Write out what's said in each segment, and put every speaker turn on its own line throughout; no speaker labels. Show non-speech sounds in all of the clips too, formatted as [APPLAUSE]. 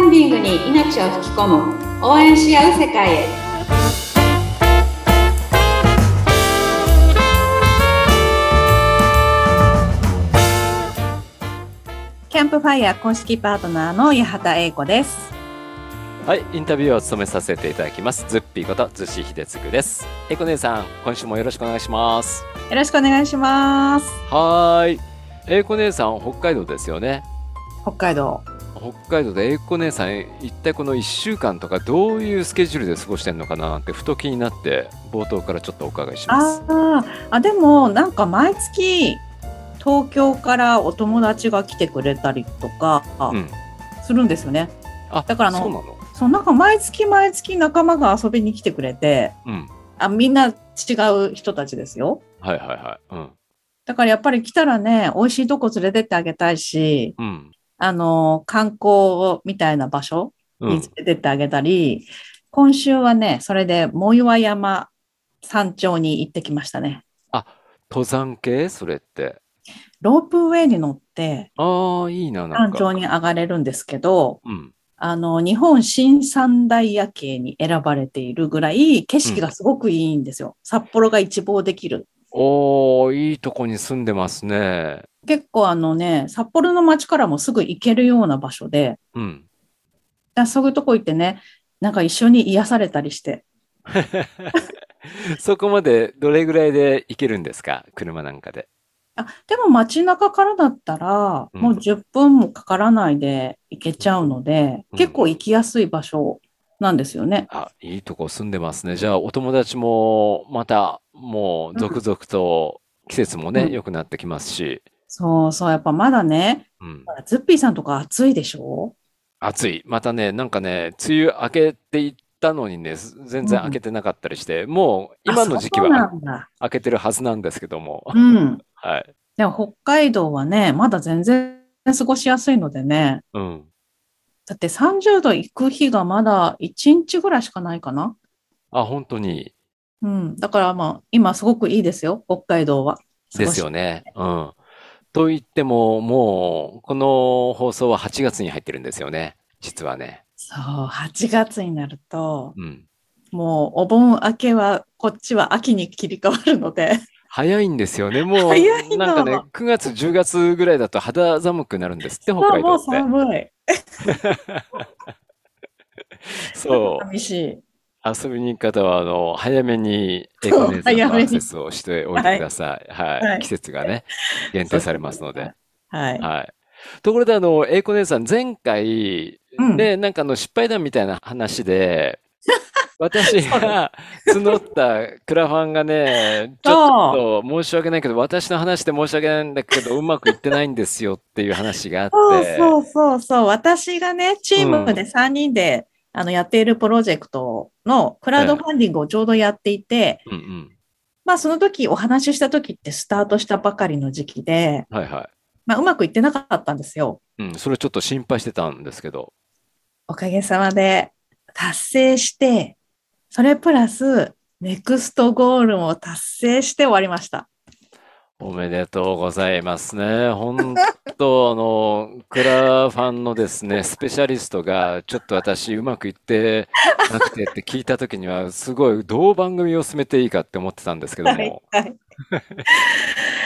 に命を吹き込む応援し合う世界へ
キャンプファイヤー公式パートナーの八幡英子です。
はい、インタビューを務めさせていただきます。ズッピーこと、ズシヒデツグです。えこ姉さん、今週もよろしくお願いします。
よろしくお願いします。
はーい。えこ姉さん、北海道ですよね。
北海道。
北海道でえこ姉さん、一体この1週間とか、どういうスケジュールで過ごしてんのかなって、ふと気になって、冒頭からちょっとお伺いしま
あ
す。
ーあ、でもなんか毎月東京からお友達が来てくれたりとか
うん
するんですよね。
あ
だからあの
そうなの
そうなんか毎月毎月仲間が遊びに来てくれて、
うん。
あみんな違う人たちですよ。
はいはいはい。うん。
だからやっぱり来たらね、美味しいとこ連れてってあげたいし、
うん。
あの、観光みたいな場所
う
に連
ん、
れてってあげたり、今週はね、それで藻岩山山頂に行ってきましたね。
登山系それって。
ロープウェイに乗って
ああ、いいな、なん
山
か。
頂に上がれるんですけど、
うん。
あの、日本新三大夜景に選ばれているぐらい景色がすごくいいんですよ。札幌が一望できる。
おー、いいとこに住んでますね。
結構あのね、札幌の街からもすぐ行けるような場所で、
うん。
だそういうとこ行ってね、なんか一緒に癒されたりして。
そこまでどれぐらいで行けるんですか車なんかで。
あでも街中からだったら、
うん
もう10分もかからないで行けちゃうので、
うん
結構行きやすい場所なんですよね。
あ、いいとこ住んでますね。じゃあ、お友達も、また、もう、続々と、季節も
う
ね、
ん
良くなってきますし、
そうそう、やっぱまだね、
うん。
ズッピーさんとか暑いでしょ
暑い。またね、なんかね、梅雨明けていったのにね、す全然
うん
明けてなかったりして、もう、今の時期
あそうな
は
んだ。
明けてるはずなんですけども。 [LAUGHS]
うん。
はい。
でも北海道はね、まだ全然過ごしやすいのでね、
うん。
だって30度行く日がまだ1日ぐらいしかないかな。
あ、本当に、
うん。だからまあ、今すごくいいですよ、北海道は。
ですよね。うん。と言っても、もう、この放送は8月に入ってるんですよね。実はね。
そう、8月になると、
うん。
もうお盆明けは、こっちは秋に切り替わるので、
早いんですよね。もう、
早いの
なんかね、9月、10月ぐらいだと肌寒くなるんです [LAUGHS] って、北海道
もう
って。
寒い。
そ
寂しい。
う。遊びに行く方は、あの、早めにエコネーさん
早
の
めに
アクセスをしておいてください。はい。
はい
季節がね、限定されますので。
はい。
はい。ところで、あの、エイコ姉さん、前回、
うん
ね、なんかあの失敗談みたいな
[LAUGHS]
話で、私が募ったクラファンがね、ちょっと申し訳ないけど、私の話で申し訳ないんだけど、うまくいってないんですよっていう話があっ
そう
て、
そうそうそう、私がね、チームで3人で、あのやっているプロジェクトのクラウドファンディングをちょうどやっていて、
うんうん。
まあその時お話しした時ってスタートしたばかりの時期で、
はいは
まあうまくいってなかったんですよ。
い。うん、それちょっと心配してたんですけど。
おかげさまで達成して、それプラス、ネクストゴールも達成して終わりました。
おめでとうございます
[LAUGHS]
ね。本当、あの、クラファンのですね、スペシャリストが、ちょっと私、うまくいってなくてって聞いたときには、すごい、どう番組を進めていいかって思ってたんですけど
はい
も。
はい。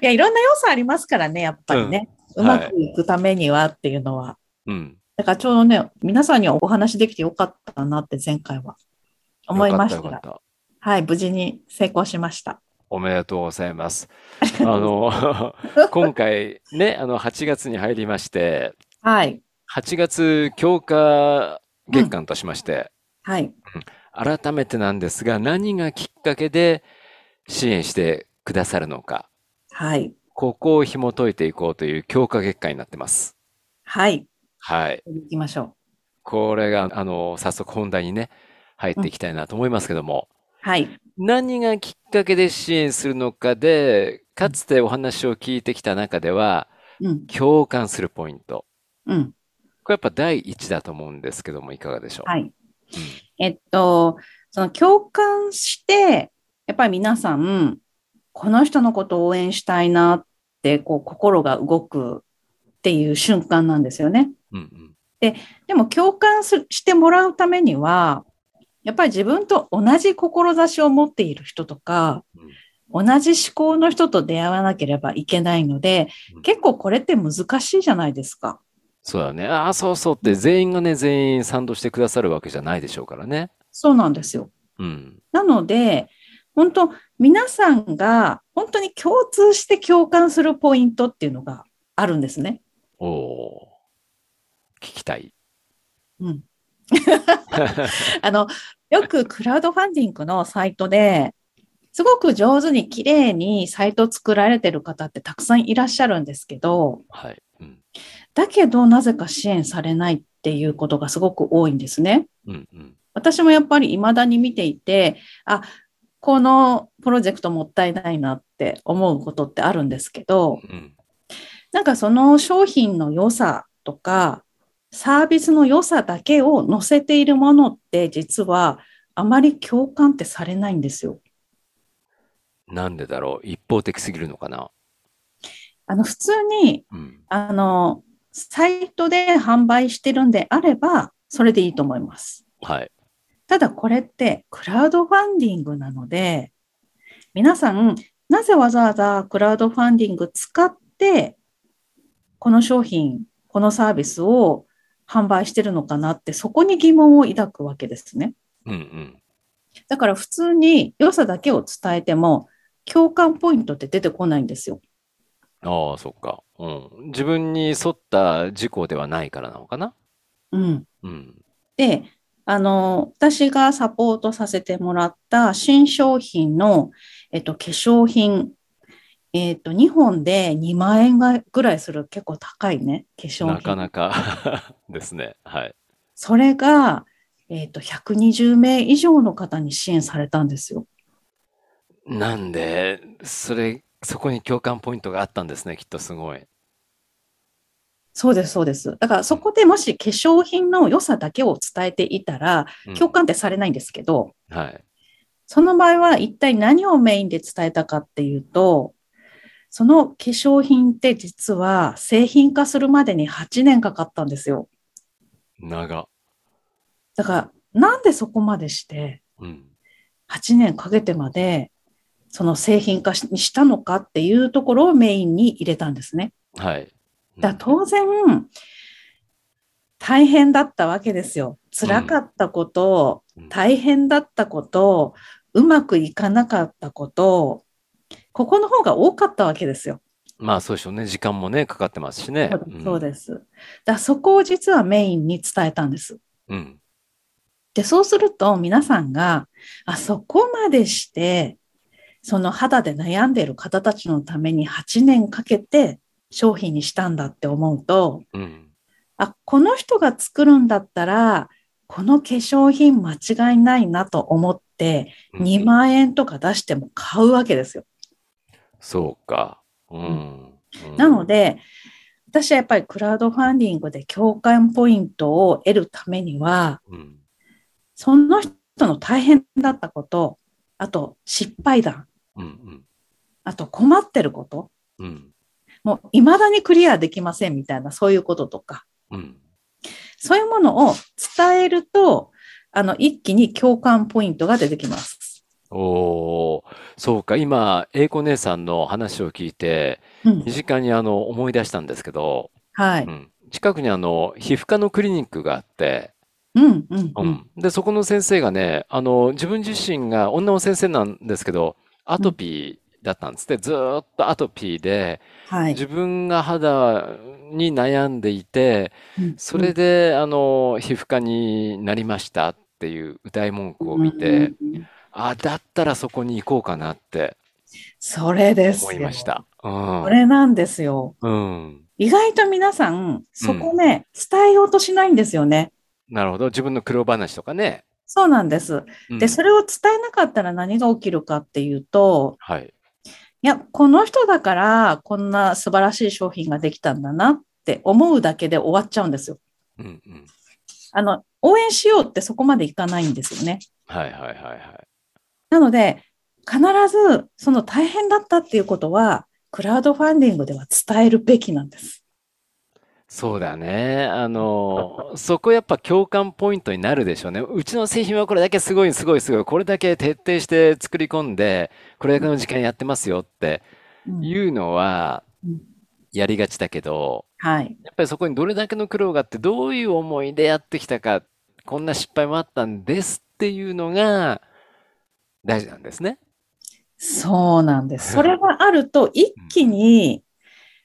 いや、いろんな要素ありますからね、やっぱりね。う
うん
まくいくためにはっていうのは。
うん。
だからちょうどね、皆さんにはお話できてよかったなって前回は思いまし。
よかったた、よかった。
はい、無事に成功しました。
おめでとうございます。
[LAUGHS]
あの、今回ね、あの、8月に入りまして、
はい、
8月強化月間としまして、
はい。
改めてなんですが、何がきっかけで支援してくださるのか。
はい。
ここを紐解いていこうという強化月間になってます。
はい。
はい。
行きましょう。
これが、あの、早速本題にね、入っていきたいなと思いますけども、
はい。
何がきっかけで支援するのかで、かつてお話を聞いてきた中では、
うん。
共感するポイント。
うん。
これやっぱ第一だと思うんですけども、いかがでしょう
はい。えっと、その共感して、やっぱり皆さん、この人のことを応援したいなって、こう、心が動くっていう瞬間なんですよね。
うんうん。
で、でも共感するしてもらうためには、やっぱり自分と同じ志を持っている人とか、同じ思考の人と出会わなければいけないので
うん、
結構これって難しいじゃないですか。
そうだね。ああ、そうそうって全員がね、全員賛同してくださるわけじゃないでしょうからね。
そうなんですよ。
うん。
なので、本当皆さんが本当に共通して共感するポイントっていうのがあるんですね。
おおー。聞き
[LAUGHS]
たい。
うん。あの、よくクラウドファンディングのサイトで、すごく上手に綺麗にサイト作られてる方ってたくさんいらっしゃるんですけど、
はい。うん。
だけどなぜか支援されないっていうことがすごく多いんですね。
うん。うん。
私もやっぱり未だに見ていて、あ、このプロジェクトもったいないなって思うことってあるんですけど、
うん。
なんかその商品の良さとか、サービスの良さだけを載せているものって実はあまり共感ってされないんですよ。
なんでだろう。一方的すぎるのかな。
あの普通に、
うん。
あの、サイトで販売してるんであれば、それでいいと思います。
はい。
ただこれってクラウドファンディングなので、皆さん、なぜわざわざクラウドファンディング使って、この商品、このサービスを販売してるのかなって、そこに疑問を抱くわけですね。
うんうん。
だから普通に良さだけを伝えても、共感ポイントって出てこないんですよ。
ああ、そっか。うん。自分に沿った事項ではないからなのかな。
うん。
うん。
で、あの、私がサポートさせてもらった新商品の、えっと、化粧品、えっと、2本で2万円がぐらいする結構高いね、化粧品。
なかなか [LAUGHS] ですね。はい。
それが、えっと、120名以上の方に支援されたんですよ。
なんで、それ、そこに共感ポイントがあったんですね。きっとすごい。
そうです、そうです。だからそこでもし化粧品の良さだけを伝えていたら、
うん
共感ってされないんですけど、
はい。
その場合は一体何をメインで伝えたかっていうと、その化粧品って実は製品化するまでに8年かかったんですよ。
長。
だからなんでそこまでして
うん。
8年かけてまでその製品化しにしたのかっていうところをメインに入れたんですね。
はい。うん
だから当然大変だったわけですよ。辛かったこと、
うん
大変だったこと、うまくいかなかったこと、ここの方が多かったわけですよ。
まあそうでしょうね。時間もね、かかってますしね。
そう
す。
です。だからそこを実はメインに伝えたんです。
うん。
で、そうすると皆さんが、あ、そこまでして、その肌で悩んでいる方たちのために8年かけて商品にしたんだって思うと、
うん。
あ、この人が作るんだったら、この化粧品間違いないなと思って、
うん
2万円とか出しても買うわけですよ。
そうか。うん。うん
なの、で、私はやっぱりクラウドファンディングで共感ポイントを得るためには、
うん。
その人の大変だったこと、あと失敗談、
うん。
あと困ってること、
うん。うん。
もう未だにクリアできませんみたいな、そういうこととか、
うん。
そういうものを伝えると、あの、一気に共感ポイントが出てきます。
おー、そうか。今、英子姉さんの話を聞いて、
うん
身、近にあの、思い出したんですけど、。
はいう
ん。近くにあの、皮膚科のクリニックがあって、
うん、うん、
う
うんん。、
で、そこの先生がね、あの、自分自身が女の先生なんですけど、アトピーだったんですって、ずーっとアトピーで、
はい。
自分が肌に悩んでいて、それで、あの、皮膚科になりましたっていう歌い文句を見て、
うん、うん
あ、だったらそこに行こうかなって
それですよ。
思いまし。た。う
そ
ん。
れなんですよ。
うん。
意外と皆さん、そこね、伝えようとしないんですよね。
なるほど。自分の苦労話とかね。
そうなんです。
うん
で、それを伝えなかったら何が起きるかっていうと、
はい。
いや、この人だからこんな素晴らしい商品ができたんだなって思うだけで終わっちゃうんですよ。
うんうん。
あの、応援しようってそこまでいかないんですよね。
はいはいはいはい。
なので、必ずその大変だったっていうことは、クラウドファンディングでは伝えるべきなんです。
そうだね。
[LAUGHS]
あの、そこやっぱ共感ポイントになるでしょうね。うちの製品はこれだけすごい、すごい、すごい。これだけ徹底して作り込んで、これだけの時間やってますよって
うん
いうのは
うん、
やりがちだけど、
はい。
やっぱりそこにどれだけの苦労があって、どういう思いでやってきたか、こんな失敗もあったんですっていうのが大事なんですね。
そうなんです。それがあると、一気に、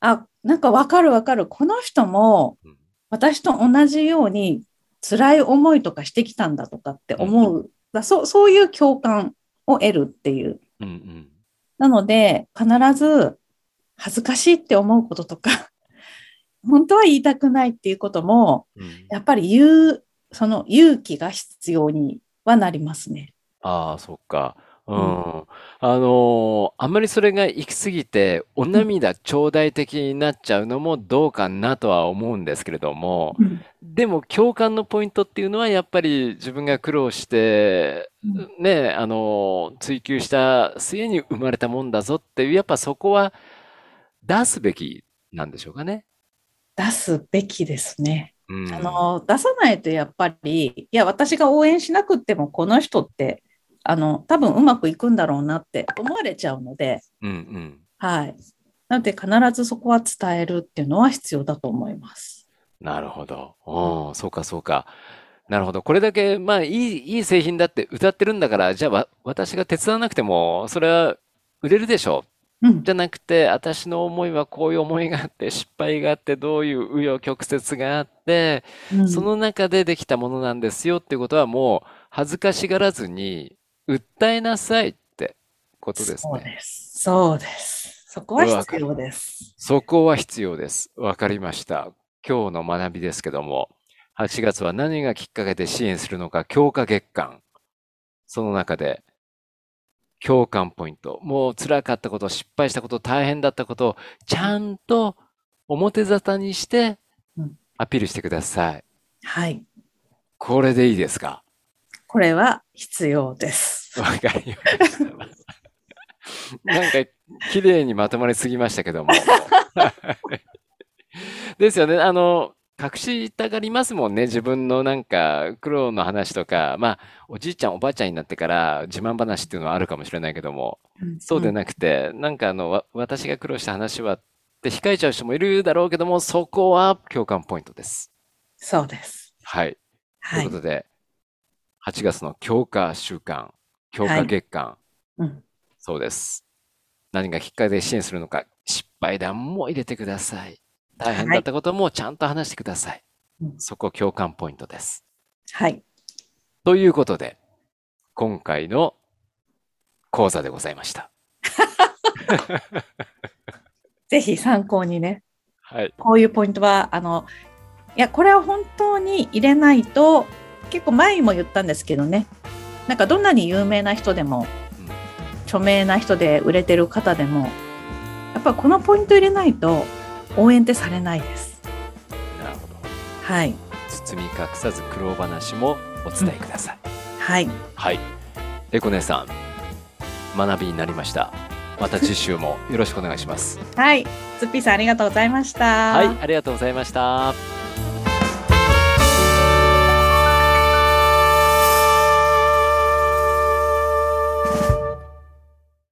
あ、なんかわかるわかる。この人も
うん、
私と同じように、辛い思いとかしてきたんだとかって思う。だそう、そういう共感を得るっていう。
うんうん。
なので、必ず、恥ずかしいって思うこととか、 [LAUGHS] 本当は言いたくないっていうことも、
うん
やっぱり言う、その勇気が必要にはなりますね。
ああ、そっか。うんん。あのーあんまりそれが行き過ぎて、お涙頂戴的になっちゃうのもどうかなとは思うんですけれども、でも共感のポイントっていうのはやっぱり自分が苦労して、ね、あのー追求した末に生まれたもんだぞっていう、やっぱそこは出すべきなんでしょうかね。
出すべきですね。
うん。
あの出さないとやっぱり、いや、私が応援しなくっても、この人って、あの多分うまくいくんだろうなって思われちゃうので、
うんうん。
はい。なので、必ずそこは伝えるっていうのは必要だと思います。
なるほど。うん、そうか、そうか。なるほど。これだけ、まあ、いい、いい製品だって歌ってるんだから、じゃあ、わ、私が手伝わなくても、それは売れるでしょ
うん
う。じゃなくて、私の思いはこういう思いがあって、失敗があって、どういう紆余曲折があって、
うん
その中でできたものなんですよってことは、もう、恥ずかしがらずに、訴えなさいってことです
そう
ね。
です。そうです。そこは必要です。
そこは必要です。わかりました。今日の学びですけども、8月は何がきっかけで支援するのか、強化月間。その中で、共感ポイント。もう辛かったこと、失敗したこと、大変だったことを、ちゃんと表沙汰にして
うん、
アピールしてください。
はい。
これでいいですか
これは必要です。
わかりました。なんか、綺麗にまとまりすぎましたけども。 [LAUGHS] ですよね。あの、隠したがりますもんね。自分のなんか、苦労の話とか、まあ、おじいちゃん、おばあちゃんになってから自慢話っていうのはあるかもしれないけども、そうで
ね。
なくて、なんかあの、わ私が苦労した話はって控えちゃう人もいるだろうけども、そこは共感ポイントです。
そうです。
はい。と
は
いう
い
こ。とで、8月の強化週間、強
は
化
い
月間、
うん
そうです。何がきっかけで支援するのか、失敗談も入れてください。大変だったこともちゃんと話してください。
うん
そこ共感ポイントです。
はい。
ということで、今回の講座でございました。
ぜひ参考にね、
はい。
こういうポイントは、あの、いや、これは本当に入れないと、結構前にも言ったんですけどね、なんかどんなに有名な人でも、
うん
著名な人で売れてる方でも、やっぱこのポイント入れないと、応援ってされないです。
なるほど。
はい。
包み隠さず苦労話もお伝えください。
はい。
はい。レコ姉さん、学びになりました。また次週もよろしくお願いします。
はい。ツッピーさんありがとうございました。
はい、ありがとうございました。